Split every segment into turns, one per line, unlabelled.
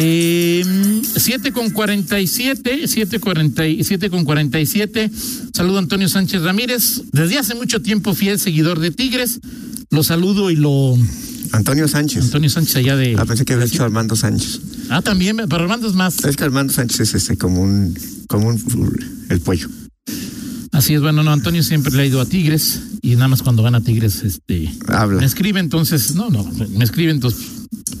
Eh, 7 con 47, 7, 47 con 47. Saludo a Antonio Sánchez Ramírez. Desde hace mucho tiempo fiel seguidor de Tigres. Lo saludo y lo.
Antonio Sánchez.
Antonio Sánchez allá de.
Ah, pensé que había dicho Armando Sánchez.
Ah, también, pero Armando es más.
Es que Armando Sánchez es este, como un. como un. el pollo.
Así es, bueno, no, Antonio siempre le ha ido a Tigres y nada más cuando gana Tigres, este.
Habla.
Me escribe entonces, no, no, me escribe entonces,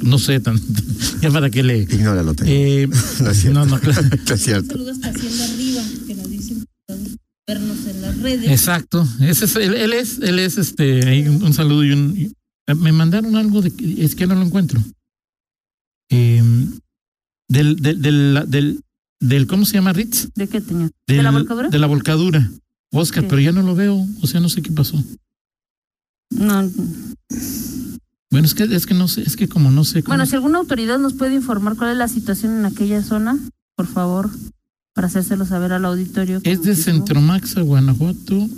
no sé, tan, ya para que le.
Ignóralo, Toño.
Eh,
No es cierto.
no, no, claro.
No es cierto.
Saludos hasta Hacienda Arriba, que nos dicen vernos en las redes.
Exacto, ese es, él, él es, él es este, ahí un, un saludo y un. y- eh, me mandaron algo de, que- es que no lo encuentro. Eh, del, del, del, del, del, ¿cómo se llama Ritz?
¿De qué tenía?
Del,
¿De la volcadura?
De la volcadura. Oscar,
Sí.
pero ya no lo veo, o sea, no sé qué pasó.
No.
Bueno, es que, es que no sé, es que como no sé cómo.
Bueno, si alguna autoridad nos puede informar cuál es la situación en aquella zona, por favor, para hacérselo saber al auditorio.
Es de Centromax a Guanajuato.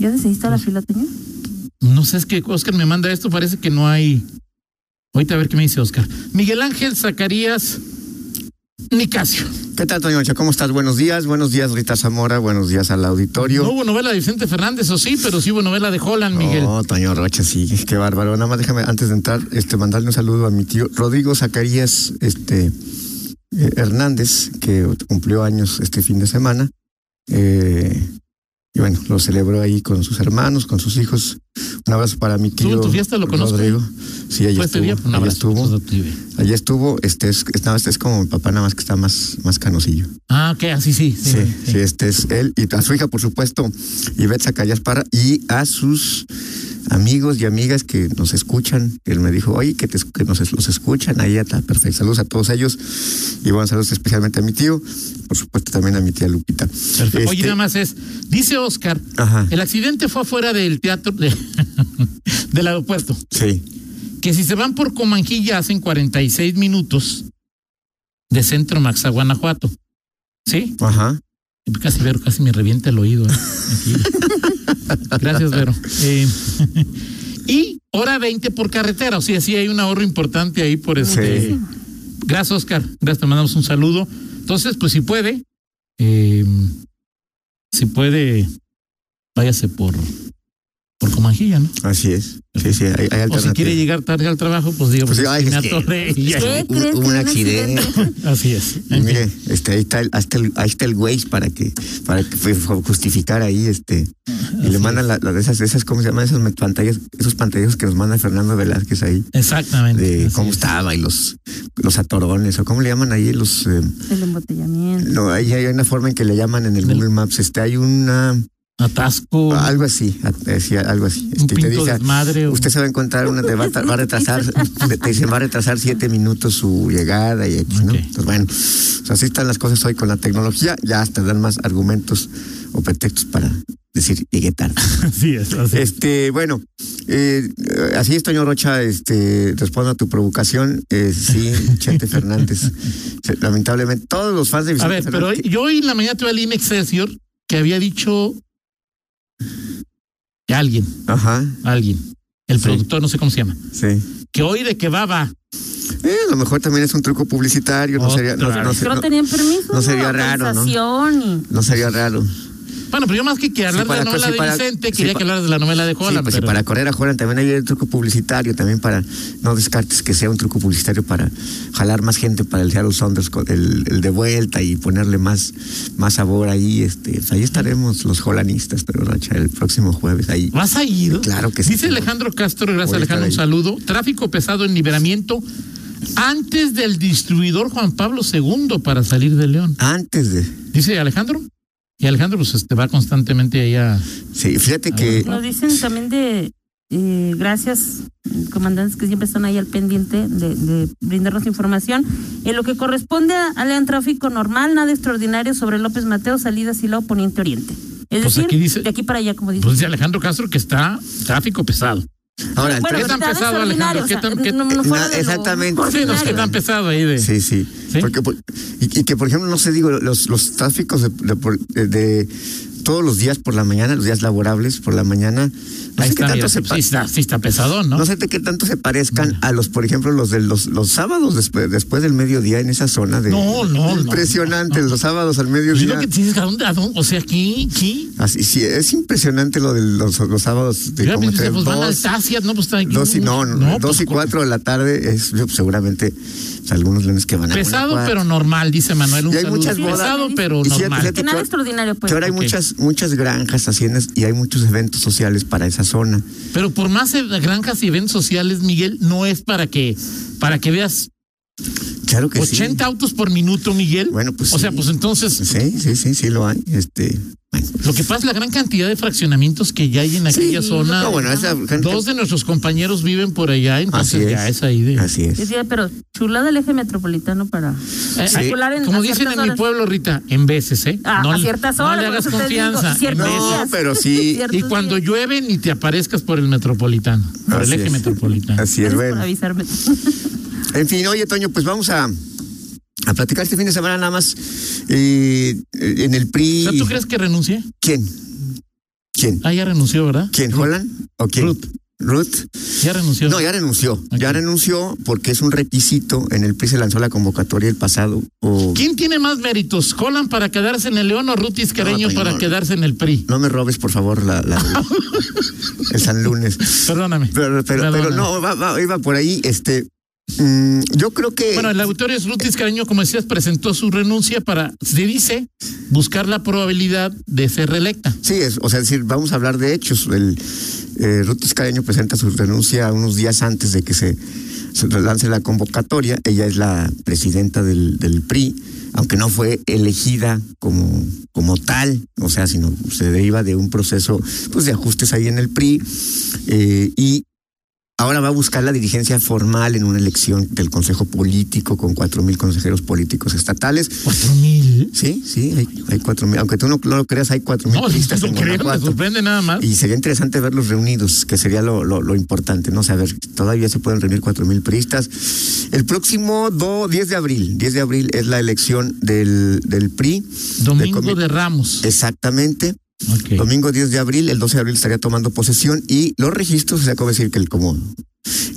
¿Ya decidiste la fila, Toño?
No sé, es que Oscar me manda esto, parece que no hay. Ahorita a ver qué me dice Oscar. Miguel Ángel Zacarías Nicasio.
¿Qué tal, Toño? Ochoa? ¿Cómo estás? Buenos días. Buenos días, Rita Zamora. Buenos días al auditorio.
No hubo novela de Vicente Fernández, o sí, pero sí hubo novela de Holland, Miguel.
No, Toño Rocha, sí, qué bárbaro. Nada más déjame, antes de entrar, este, mandarle un saludo a mi tío Rodrigo Zacarías este, eh, Hernández, que cumplió años este fin de semana. Eh, y bueno, lo celebró ahí con sus hermanos, con sus hijos. Un abrazo para mi
¿Estuvo
tío.
en tu fiesta? Lo conozco.
Rodrigo. Sí, allá
Fue este
estuvo.
día, un
allá
abrazo.
estuvo. Allá estuvo, este es, es, nada más- es como mi papá, nada más que está más, más canosillo.
Ah, ok, así sí. Sí,
Sí, sí, este es él y a su hija, por supuesto, Ivette Zacayas Parra, y a sus amigos y amigas que nos escuchan. Él me dijo, oye, que, te, que nos es- los escuchan, ahí está, perfecto. Saludos a todos ellos y buenos saludos especialmente a mi tío, por supuesto también a mi tía Lupita.
Perfecto. Oye,
Este,
nada más es. Dice Oscar,
Ajá.
el accidente fue afuera del teatro de- del aeropuerto.
Sí,
que si se van por Comanjilla hacen 46 minutos de Centro Max a Guanajuato. ¿Sí?
ajá.
Casi Vero, casi me revienta el oído. ¿eh? Aquí. Gracias, Vero. Eh, y hora 20 por carretera, o sea, sí hay un ahorro importante ahí por este, eso.
Sí.
Gracias, Oscar. Gracias, te mandamos un saludo. Entonces, pues si puede, eh, si puede, váyase por, por Comanjilla, ¿no?
Así es. Sí, sí, hay, hay
O si quiere
alternativa.
llegar tarde al trabajo, pues diga,
Pues,
pues,
ay,
me
es que-
atoré y ya.
Hubo-
¿Qué crees
hubo
que
un
un
accidente.
Así es.
Y Mire, este, ahí está el, ahí está el, ahí está el Waze para que, para que fue- fue justificar ahí, este, y le mandan la, la de esas, esas, ¿cómo se llaman? Esas met- pantallas, esos pantallazos que nos manda Fernando Velázquez ahí,
Exactamente.
de
así
cómo
es.
estaba y los, los atorones, o cómo le llaman ahí los, eh,
El embotellamiento.
no, ahí hay una forma en que le llaman en el
Del-
Google Maps, este, hay una,
Atasco,
algo así, a- así, algo así,
un
este, y te
pinto
dice,
desmadre. o-
usted se va a encontrar una, te va, a tra- va a retrasar, te te dicen va a retrasar siete minutos su llegada y aquí, ¿no?
Ok.
Entonces, bueno, o sea, así están las cosas hoy con la tecnología, ya hasta dan más argumentos o pretextos para decir llegué tarde.
Así es, así es.
Este, bueno, eh, eh, así es, Toño Rocha, este, respondo a tu provocación, eh, sí, Chente Fernández. Se- Lamentablemente, todos los fans de
A
Vicente
ver, pero
Fernández
hoy- yo hoy en la mañana tuve al Excelsior que había dicho que alguien,
que- Ajá,
alguien, el
Sí.
productor, no sé cómo se llama,
sí.
que hoy de que va, va.
Eh, a lo mejor también es un truco publicitario, no sería, no,
Otra
no
vez.
sé-
Creo
no-
que tenían permiso.
no sería raro, ¿no?
Autorización y-
no sería raro.
Bueno, pero yo más que, que hablar
para-
de la novela
sí,
de
para-
Vicente,
sí,
quería
pa-
que hablar de la novela de Holland.
sí, pues, y
pero-
para correr a Juan también hay un truco publicitario, también para, no descartes que sea un truco publicitario para jalar más gente para el Seattle Sounders, con el, el de vuelta y ponerle más, más sabor ahí. Este, ahí estaremos los jolanistas, pero Rocha, el próximo jueves ahí.
¿Vas a ir?
Claro que sí.
Dice Alejandro Castro, gracias
Voy a estar
Alejandro, un
ahí.
saludo. Tráfico pesado en liberamiento antes del distribuidor Juan Pablo II para salir de León.
Antes de.
Dice Alejandro. Y Alejandro pues este, va constantemente allá.
Sí, fíjate
Ah,
que.
Nos dicen también de eh, gracias, comandantes que siempre están ahí al pendiente de, de brindarnos información. En lo que corresponde a- al en tráfico normal, nada extraordinario sobre López Mateo, salida Silao, Poniente Oriente.
Pues
Es decir,
aquí dice-
de aquí para allá, como dice.
Pues dice Alejandro Castro que está tráfico pesado.
Ahora,
bueno,
¿qué tan
nada
pesado, Alejandro?
extraordinario,
¿Qué tan-
o sea,
qué-
no- no fuera
Nada,
de lo
exactamente.
Sí, nos
ordinario.
quedan pesado ahí de.
Sí, sí.
pues,
pues,
¿Sí?
Porque, por- y, y que, por ejemplo, no se digo, los, los tráficos de, de por- de- de todos los días por la mañana, los días laborables por la mañana. No
Ahí
sé qué
está,
tanto
mira,
se
sí, está, sí está pesadón, ¿no?
No sé de qué tanto se parezcan a los, por ejemplo, los de los, los sábados después, después del mediodía en esa zona de.
No, no, no.
Impresionante, los sábados al
Pues
mediodía.
lo que te dices, ¿a dónde, a dónde? O sea, aquí, aquí.
Así, sí, es impresionante lo de los, los sábados de
Yo
como
pensé,
entre
pues van al
dos,
Sacias, ¿no? Pues está aquí.
dos y no, no, dos
pues,
y cuatro de la tarde. Es yo, seguramente pues, algunos lunes que van a. una
Pesado,
cuadra.
pero normal, dice Manuel. Un
Y hay
saludo.
muchas bodas.
Pesado, pero
Y fíjate,
normal.
fíjate
Que nada extraordinario, pues.
Que ahora hay
Ok.
muchas, muchas granjas, haciendas y hay muchos eventos sociales para esa zona.
Pero por más eh, granjas y eventos sociales, Miguel, no es para que, para que veas
Claro que
80 autos por minuto, Miguel.
Bueno, pues
O sea,
sí.
pues entonces,
sí. Sí, sí, sí, sí lo hay. Este, bueno.
lo que pasa es la gran cantidad de fraccionamientos que ya hay en aquella zona.
No, bueno, esa gente-
Dos de nuestros compañeros viven por allá, entonces
Así
ya
es.
es ahí de.
Así
Yo
es.
diría, pero chulada el eje metropolitano para
Eh,
circular en
Como
a
dicen
ciertas
en mi
horas.
pueblo, Rita, en veces, ¿eh?
Ah,
no,
a
le-
ciertas
no
horas,
le
por
hagas
eso te
confianza.
digo, ciertos
en
días.
veces.
No, pero sí.
Ciertos
Y cuando
días.
llueve, ni te aparezcas por el metropolitano, por el
así
eje
es.
metropolitano.
Así es,
Gracias por
bueno.
avisarme.
En fin, oye, Toño, pues vamos a, a platicar este fin de semana nada más eh, en el
O
PRI.
sea, ¿tú crees que renuncie?
¿Quién? ¿Quién?
Ah, ya renunció, ¿verdad?
¿Quién? ¿Holland? ¿O quién?
Ruth.
Ruth.
Ya renunció.
No, ya renunció. Ya
Ok.
renunció porque es un requisito. En el PRI se lanzó la convocatoria el pasado. o-
¿Quién tiene más méritos? ¿Holland para quedarse en el León o Ruth Iscareño
No, Toño,
para
no.
quedarse en el PRI?
No me robes, por favor, la, la- el San Lunes.
Perdóname.
Pero, pero, pero
Perdóname.
no, va- va- iba por ahí. Este, mm, yo creo que.
Bueno, el auditorio es Ruth Iscareño, como decías, presentó su renuncia para, se dice, buscar la probabilidad de ser reelecta.
Sí, es, o sea, es decir, vamos a hablar de hechos. El eh, Ruth Escareño presenta su renuncia unos días antes de que se, se lance la convocatoria. Ella es la presidenta del, del PRI, aunque no fue elegida como, como tal, o sea, sino se deriva de un proceso pues, de ajustes ahí en el PRI. eh, y ahora va a buscar la dirigencia formal en una elección del Consejo Político con cuatro mil consejeros políticos estatales.
Cuatro mil.
Sí, sí, hay, hay cuatro mil, aunque tú no, no lo creas, hay cuatro mil
No,
priistas
no
en
creo, me
Guanajuato.
sorprende nada más.
Y sería interesante verlos reunidos, que sería lo, lo, lo importante, ¿no? Saber, todavía se pueden reunir cuatro mil priistas. El próximo do- 10 de abril, 10 de abril es la elección del, del PRI.
Domingo
comi-
de Ramos.
Exactamente.
Ok.
Domingo 10 de abril, el 12 de abril estaría tomando posesión y los registros, se acaba de decir que el como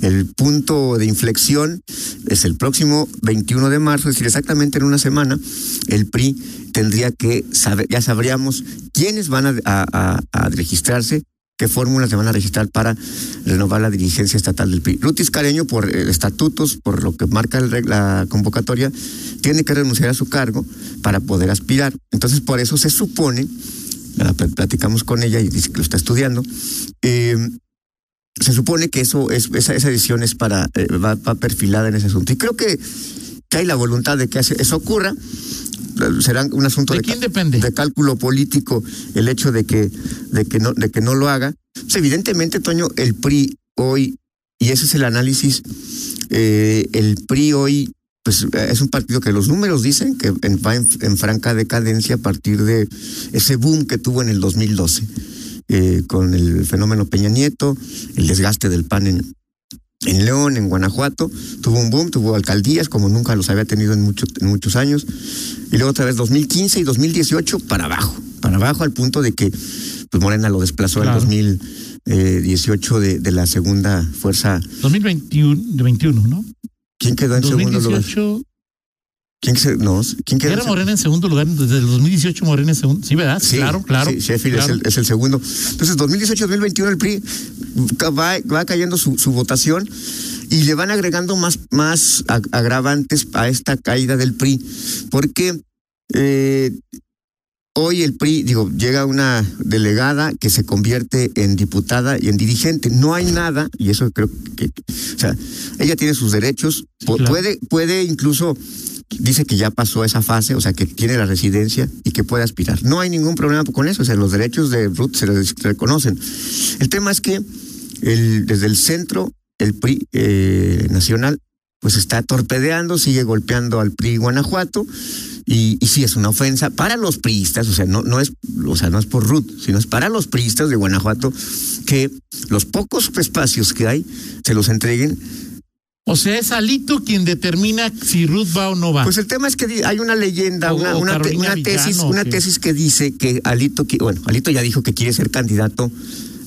el punto de inflexión es el próximo 21 de marzo, es decir, exactamente en una semana, el PRI tendría que saber, ya sabríamos quiénes van a, a- a- a registrarse, qué fórmulas se van a registrar para renovar la dirigencia estatal del PRI. Rutis Careño, por eh, estatutos, por lo que marca el reg- la convocatoria, tiene que renunciar a su cargo para poder aspirar. Entonces, por eso se supone la pl- platicamos con ella y dice que lo está estudiando. Eh, se supone que eso es, esa, esa edición es para, eh, va, va perfilada en ese asunto. Y creo que, que hay la voluntad de que hace- eso ocurra. Será un asunto
¿De
de,
quién
ca-
depende?
de cálculo político el hecho de que, de que, no, de que no lo haga. Pues, evidentemente, Toño, el PRI hoy, y ese es el análisis, eh, el PRI hoy pues eh, es un partido que los números dicen que en- va en, en franca decadencia a partir de ese boom que tuvo en el 2012 eh, con el fenómeno Peña Nieto, el desgaste del PAN en, en León, en Guanajuato, tuvo un boom, tuvo alcaldías como nunca los había tenido en, mucho- en muchos años, y luego otra vez 2015 y 2018 para abajo, para abajo al punto de que pues Morena lo desplazó
Claro.
en 2018 eh, de, de la segunda fuerza.
2021, de 21, ¿no?
¿Quién quedó en segundo lugar?
2018.
¿Quién, se- no, ¿quién quedó en
Era
segundo?
Morena en segundo lugar, desde el 2018 Morena en segundo. Sí, ¿verdad?
Sí,
claro, claro.
sí, Sheffield
claro.
Es, el, es el segundo. Entonces, 2018-2021 el PRI ca- va, va cayendo su, su votación y le van agregando más, más ag- agravantes a esta caída del PRI, porque eh, hoy el PRI, digo, llega una delegada que se convierte en diputada y en dirigente. No hay nada, y eso creo que, o sea, ella tiene sus derechos, pu-
claro.
puede, puede incluso dice que ya pasó esa fase, o sea, que tiene la residencia y que puede aspirar. No hay ningún problema con eso, o sea, los derechos de Ruth se les reconocen. El tema es que el- desde el centro, el PRI eh, nacional, pues está torpedeando, sigue golpeando al PRI Guanajuato, y, y sí es una ofensa para los priistas, o sea, no, no es, o sea, no es por Ruth, sino es para los priistas de Guanajuato que los pocos espacios que hay se los entreguen
O sea, es Alito quien determina si Ruth va o no va.
Pues el tema es que di- hay una leyenda,
Ah. O-
una,
o
una te-
Carolina
una tesis,
Villano,
una
¿o qué?
tesis que dice que Alito, qui- bueno, Alito ya dijo que quiere ser candidato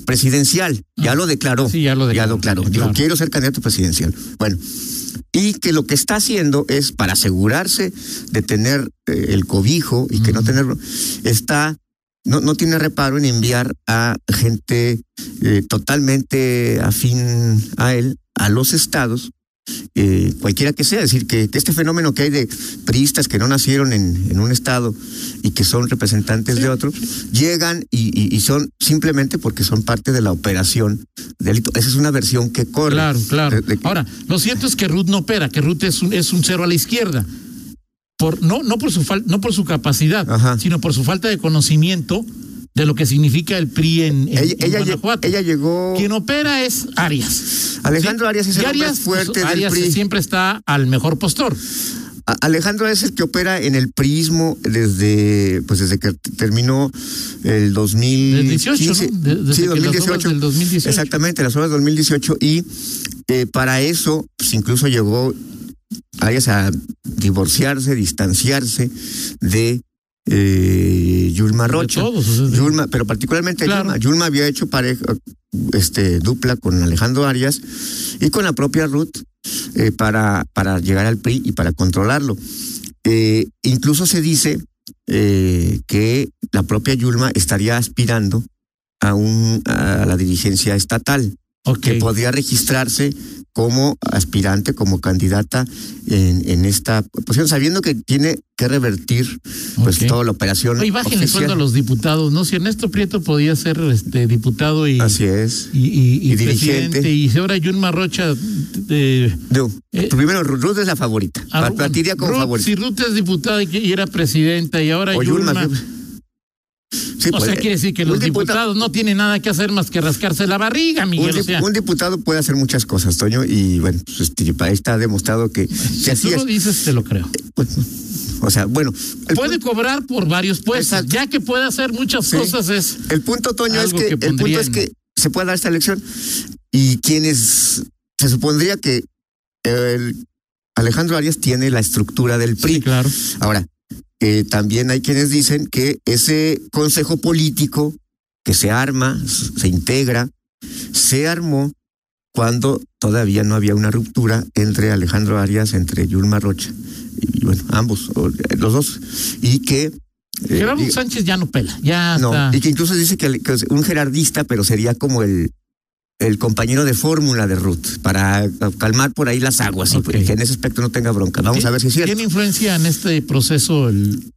presidencial, ya
Ah,
lo declaró.
sí, ya lo
Ya
declaró,
lo declaró.
sí,
Dijo,
claro.
quiero ser candidato presidencial. Bueno, y que lo que está haciendo es para asegurarse de tener eh, el cobijo y que no
Ujú.
tenerlo, está no, no tiene reparo en enviar a gente eh, totalmente afín a él, a los estados, eh, cualquiera que sea. Es decir, que, que este fenómeno que hay de priistas que no nacieron en, en un estado y que son representantes de otro, llegan y, y- y son simplemente porque son parte de la operación de delito. Esa es una versión que corre.
Claro, claro.
De- de-
Ahora, lo cierto es que Ruth no opera, que Ruth es un, es un cero a la izquierda. Por, no, no, por su fal- no por su capacidad,
Ajá.
sino por su falta de conocimiento de lo que significa el PRI Ah, en, en-
ella,
en
ella lle-
Guanajuato.
ella llegó.
Quien opera es Arias.
Alejandro Arias es
Y
el hombre
Arias, pues,
fuerte del
Arias
PRI.
siempre está al mejor postor.
A- Alejandro es el que opera en el prismo desde pues desde que t- terminó el 2018
Desde 18, ¿no? De- desde
sí,
que las
2018.
obras del 2018.
Exactamente, las obras del 2018 y eh, para eso pues, incluso llegó Arias a divorciarse, distanciarse de eh, Yulma Rocha.
De todos, o sea, de-
Yulma, pero particularmente
Claro.
Yulma. Yulma había hecho pareja, este, dupla con Alejandro Arias y con la propia Ruth eh, para, para llegar al PRI y para controlarlo. Eh, incluso se dice eh, que la propia Yulma estaría aspirando a, un, a la dirigencia estatal
Ok.
que podría registrarse como aspirante, como candidata en, en esta posición, sabiendo que tiene que revertir pues
Ok.
toda la operación.
Oye, bájenle
oficial.
sueldo a los diputados, ¿no? Si Ernesto Prieto podía ser este diputado y,
Así es.
y, y- y
y dirigente.
presidente, y si ahora Yulma Rocha de,
No,
Eh,
primero, Ru- Ruth es la favorita.
a
Pa-
Ru-
Platiría como
Ruth,
favorita.
Si Ruth es diputada y que- y era presidenta y ahora
O
Yulma.
Yulma, Sí,
o
pues,
sea,
eh,
quiere decir que
un
los
diputa-
diputados no tienen nada que hacer más que rascarse la barriga,
Un,
Miguel.
dip-
o sea,
un diputado puede hacer muchas cosas, Toño, y bueno, pues, este, ahí está demostrado que si
si
así
tú
es.
lo dices, te lo creo.
pues, o sea, bueno, el,
Puede cobrar por varios puestos,
Exacto.
ya que puede hacer muchas
Sí.
cosas es...
El punto, Toño, es
Algo
que,
que
el punto
pondría
es
en-
que se puede dar esta elección. Y quienes se supondría que el Alejandro Arias tiene la estructura del PRI.
Sí, claro.
Ahora, eh, también hay quienes dicen que ese consejo político que se arma, s- se integra, se armó cuando todavía no había una ruptura entre Alejandro Arias, entre Yulma Rocha, y bueno, ambos, o, eh, los dos, y que... eh,
Gerardo
diga-
Sánchez ya no pela, ya
no,
está...
y que incluso dice que, que es un gerardista, pero sería como el, el compañero de fórmula de Ruth, para calmar por ahí las aguas y
Ok.
que en ese aspecto no tenga bronca. Vamos a ver si es cierto.
¿Tiene influencia en este proceso el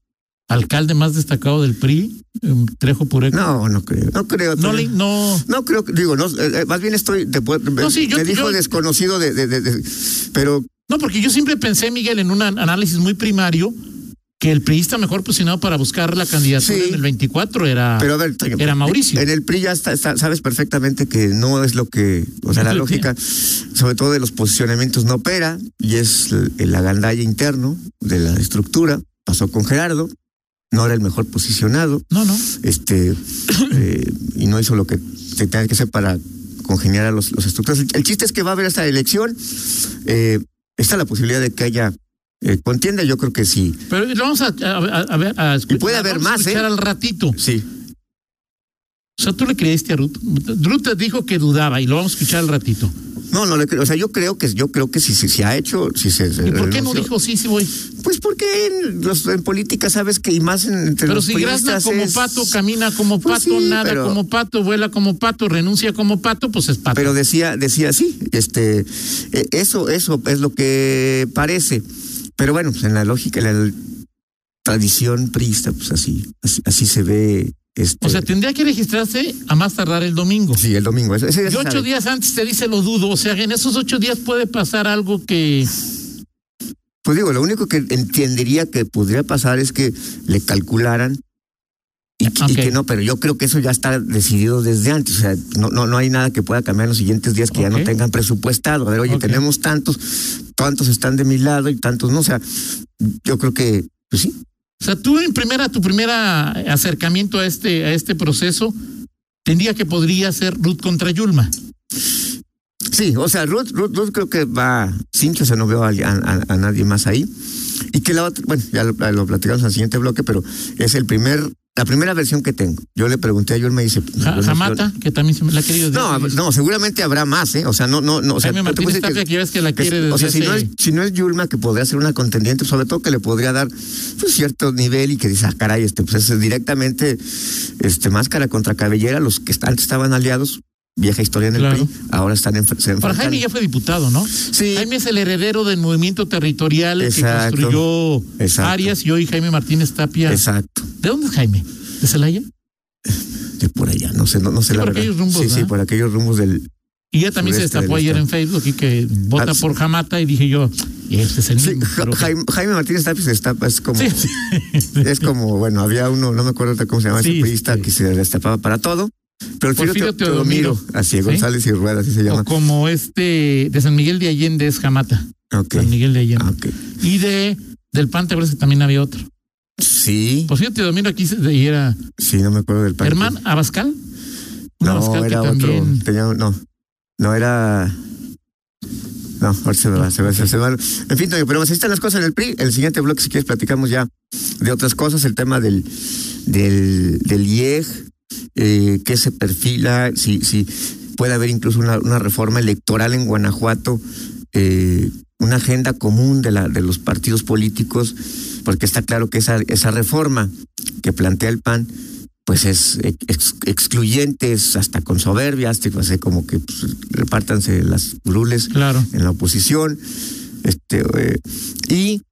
alcalde más destacado del PRI, em, Trejo Pureco?
No, no creo. No creo.
No, le-
Toño.
no,
No creo, que- digo, no, eh, eh, más bien estoy, te puedo- me,
sí, yo-
me
yo-
dijo desconocido de, de- de- de- pero
no, porque yo siempre pensé, Miguel, en un an- análisis muy primario, que el priista mejor posicionado para buscar la candidatura
Sí.
en el 24 era...
Pero a ver, Toño,
Ah, Era Mauricio.
En el PRI ya está- está- sabes perfectamente que no es lo que, o sea, la
Lo que-
lógica, sobre todo de los posicionamientos, no opera y es el, el agandalle interno de la estructura. Pasó con Gerardo, no era el mejor posicionado,
No, no.
este, eh, y no hizo lo que se tenía que hacer para congeniar a los, los estructuras. El, el chiste es que va a haber esta elección, eh, está la posibilidad de que haya eh, contienda, yo creo que sí.
Pero lo vamos a, a- a- a ver. A escu-
Y puede
la
haber
vamos a
más,
escuchar
¿eh?
al ratito.
Sí.
O sea, tú le creíste a Ruth. Ruth te dijo que dudaba y lo vamos a escuchar al ratito.
No, no le creo. O sea, yo creo que yo creo que si se, se ha hecho, si se.
¿Y por qué no dijo sí, sí voy?
Pues porque en, los, en política sabes que y más en, entre
Pero
los
si grazna
priistas
como
es-
pato, camina como
Pues
pato,
sí,
nada
pero-
como pato, vuela como pato, renuncia como pato, pues es pato.
Pero decía, decía sí, este, eh, eso, eso es lo que parece. Pero bueno, pues en la lógica, en la tradición priista, pues así, así, así se ve. Este,
o sea, tendría que registrarse a más tardar el domingo.
sí, el domingo. Ese, ese ya
Y
se
ocho
sabe.
días antes te dice lo dudo. O sea, en esos ocho días puede pasar algo que.
Pues digo, lo único que entendería que podría pasar es que le calcularan y, que- y
Ok.
que no, pero yo creo que eso ya está decidido desde antes. O sea, no, no, no hay nada que pueda cambiar en los siguientes días que ya no
Ok.
tengan presupuestado. A ver, oye,
Ok.
tenemos tantos, tantos están de mi lado y tantos no. O sea, yo creo que, pues sí,
O sea, tú en primera, tu primera acercamiento a este, a este proceso, tendría que podría ser Ruth contra Yulma.
Sí, o sea, Ruth, Ruth, Ruth creo que va cincho, o sea, no veo a, a- a nadie más ahí. Y que la otra, bueno, ya lo, lo platicamos en el siguiente bloque, pero es el primer, la primera versión que tengo. Yo le pregunté a él me dice.
Ja-
yo no-
Jamata, que también se me la ha querido.
No, a- no, seguramente habrá más, ¿eh? O sea, no, no, no. O sea,
Jaime
no te
Martínez
puedo decir
Tapia, que ya ves que la
que-
quiere desde
o sea, si no, es,
hace-
si no es Yulma, que podría ser una contendiente, pues, sobre todo que le podría dar pues, cierto nivel y que dice, ah, caray, este, pues es directamente este, máscara contra cabellera, los que antes estaban aliados, vieja historia en el
Claro.
PRI, ahora están en, se
Ahora,
enfrentan.
Jaime ya fue diputado, ¿no?
Sí,
Jaime es el heredero del movimiento territorial
Exacto.
que construyó
Exacto.
Arias y hoy Jaime Martínez Tapia.
exacto.
¿De dónde es Jaime? ¿De Celaya?
De por allá, no sé, no, no sé
Sí,
la
por
verdad.
aquellos rumbos,
sí, sí,
¿verdad?
por aquellos rumbos del.
Y ya también se
Sureste
destapó
del
ayer
estado.
en Facebook y que vota
Ah, sí.
por Jamata y dije yo, este es el
Sí,
mismo.
Ja-
pero-
Jaime, Jaime Martínez Tapia se destapa, es como.
Sí, sí.
Es como, bueno, había uno, no me acuerdo ahorita cómo se llamaba
Sí,
ese priista
este.
que se destapaba para todo. Pero Porfirio,
Porfirio
Teo- Teodomiro,
Teodomiro.
así,
¿Sí?
González y Rueda, así se
O
llama.
como este de San Miguel de Allende es Jamata.
Ok.
San Miguel de Allende.
Ah, ok.
Y de del PAN, te parece que también había otro.
Sí,
Por cierto, Teodomiro aquí se- y era
sí, no me acuerdo del partido.
Herman Abascal. Un
No,
que
era otro.
también-
Tenía, un- no, no era. No, ahorita se me va, se me va, se me va. En fin, Toño, pero así están las cosas en el PRI. El siguiente bloque, si quieres, platicamos ya de otras cosas. El tema del, del, del IEG, eh, qué se perfila, si, si puede haber incluso una, una reforma electoral en Guanajuato, eh, una agenda común de, la, de los partidos políticos, porque está claro que esa, esa reforma que plantea el PAN pues es ex- ex- excluyente, es hasta con soberbia, hasta pues, eh, como que pues, repártanse las brules
Claro.
en la oposición. Este, eh, y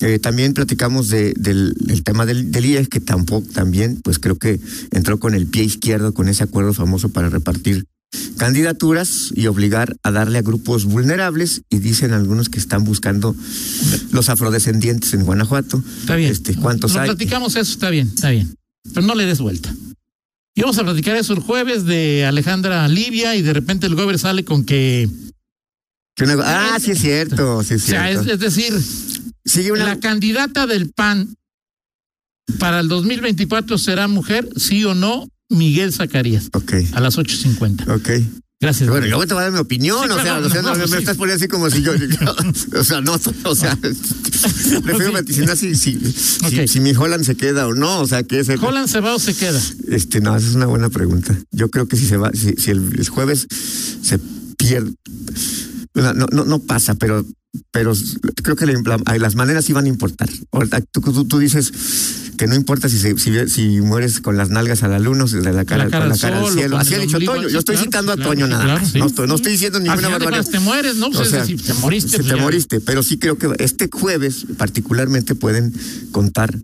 eh, también platicamos de- del, del tema del, del IES, que tampoco, también, pues creo que entró con el pie izquierdo con ese acuerdo famoso para repartir candidaturas y obligar a darle a grupos vulnerables y dicen algunos que están buscando los afrodescendientes en Guanajuato.
Está bien.
Este, ¿cuántos
Lo
hay?
platicamos eso, está bien, está bien. Pero no le des vuelta. Y vamos a platicar eso el jueves de Alejandra Livia y de repente el gober sale con que.
Que una- ah, sí es cierto, sí es
O sea, es,
cierto.
es decir,
Sigue una
la candidata del PAN para el 2024 será mujer, sí o no, Miguel Zacarías,
Ok,
a las 8.50.
ok.
Gracias.
Bueno, yo te voy a dar mi opinión,
Sí,
o sea,
claro,
o sea,
no,
no,
pues
me
sí.
estás poniendo así como si yo, yo- o sea, no, o sea, prefiero vaticinar si, si, si-
Ok.
si mi Holland se queda o no, o sea, que es el,
Holland se va o se queda.
este, no, esa es una buena pregunta. Yo creo que si se va, si, si el, el jueves se pierde, no, no, no, no pasa, pero, pero creo que la- la- ay, las maneras sí van a importar. Ahorita Tú, tú- tú dices que no importa si, se- si, si mueres con las nalgas a la luna, o si de la cara,
La cara
con la
al
cara al
sol, o
cielo.
con
Así
el
ha dicho
ombligo,
Toño.
sí,
Yo estoy
claro,
citando a
claro,
Toño
sí,
nada
claro,
más.
sí.
No, estoy, no estoy diciendo
Al
ninguna
final de
barbaridad.
cuentas, te mueres, ¿no? O sea, si te moriste.
Si
pues
te
ya.
moriste, pero sí creo que este jueves particularmente pueden contar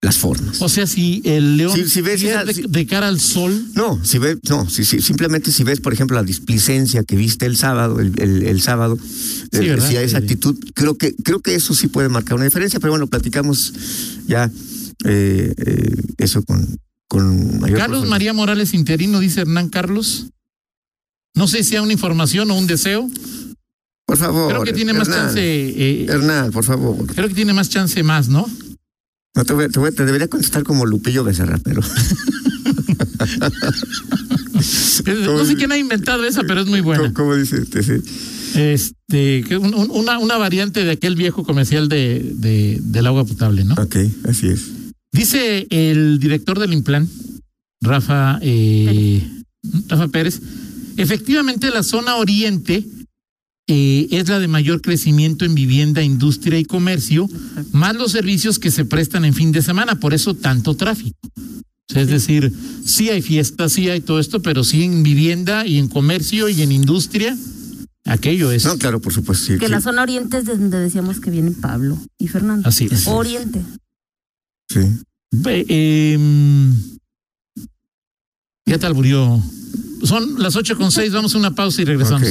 las formas.
O sea, si el león
Si- si ves esa-
pierde
si-
Pues, de cara al sol,
No, si ves, no, si, si- simplemente si ves, por ejemplo, la displicencia que viste el sábado, el, el- el sábado, eh,
¿verdad?
si hay esa
Sí.
actitud, creo que, creo que eso sí puede marcar una diferencia, pero bueno, platicamos ya eh, eh, eso con, con mayor
Carlos
profundidad.
María Morales Interino, dice Hernán Carlos. No sé si sea una información o un deseo.
Por favor.
creo que tiene más
Hernán,
chance. eh,
Hernán, por favor.
creo que tiene más chance más, ¿no?
No te, voy- te voy- te debería contestar como Lupillo Becerra, pero.
Eh, No sé quién ha inventado esa, pero es muy buena.
¿Cómo, cómo dice este? Sí.
Este, que un- un- una, una variante de aquel viejo comercial de, de- del agua potable, ¿no?
Ok, así es.
Dice el director del Implan, Rafa, eh, Rafa Pérez, efectivamente la zona oriente eh, es la de mayor crecimiento en vivienda, industria y comercio, más los servicios que se prestan en fin de semana, por eso tanto tráfico. O sea, Es decir, sí hay fiestas, sí hay todo esto, pero sí en vivienda y en comercio y en industria, aquello es
No, claro, por supuesto. sí,
Que
sí,
la zona oriente es de donde decíamos que vienen Pablo y Fernando.
así. Es.
Oriente.
sí.
Ve, em, ya te alburió. Son las ocho con seis, Pues vamos a una pausa y regresamos.
Ok.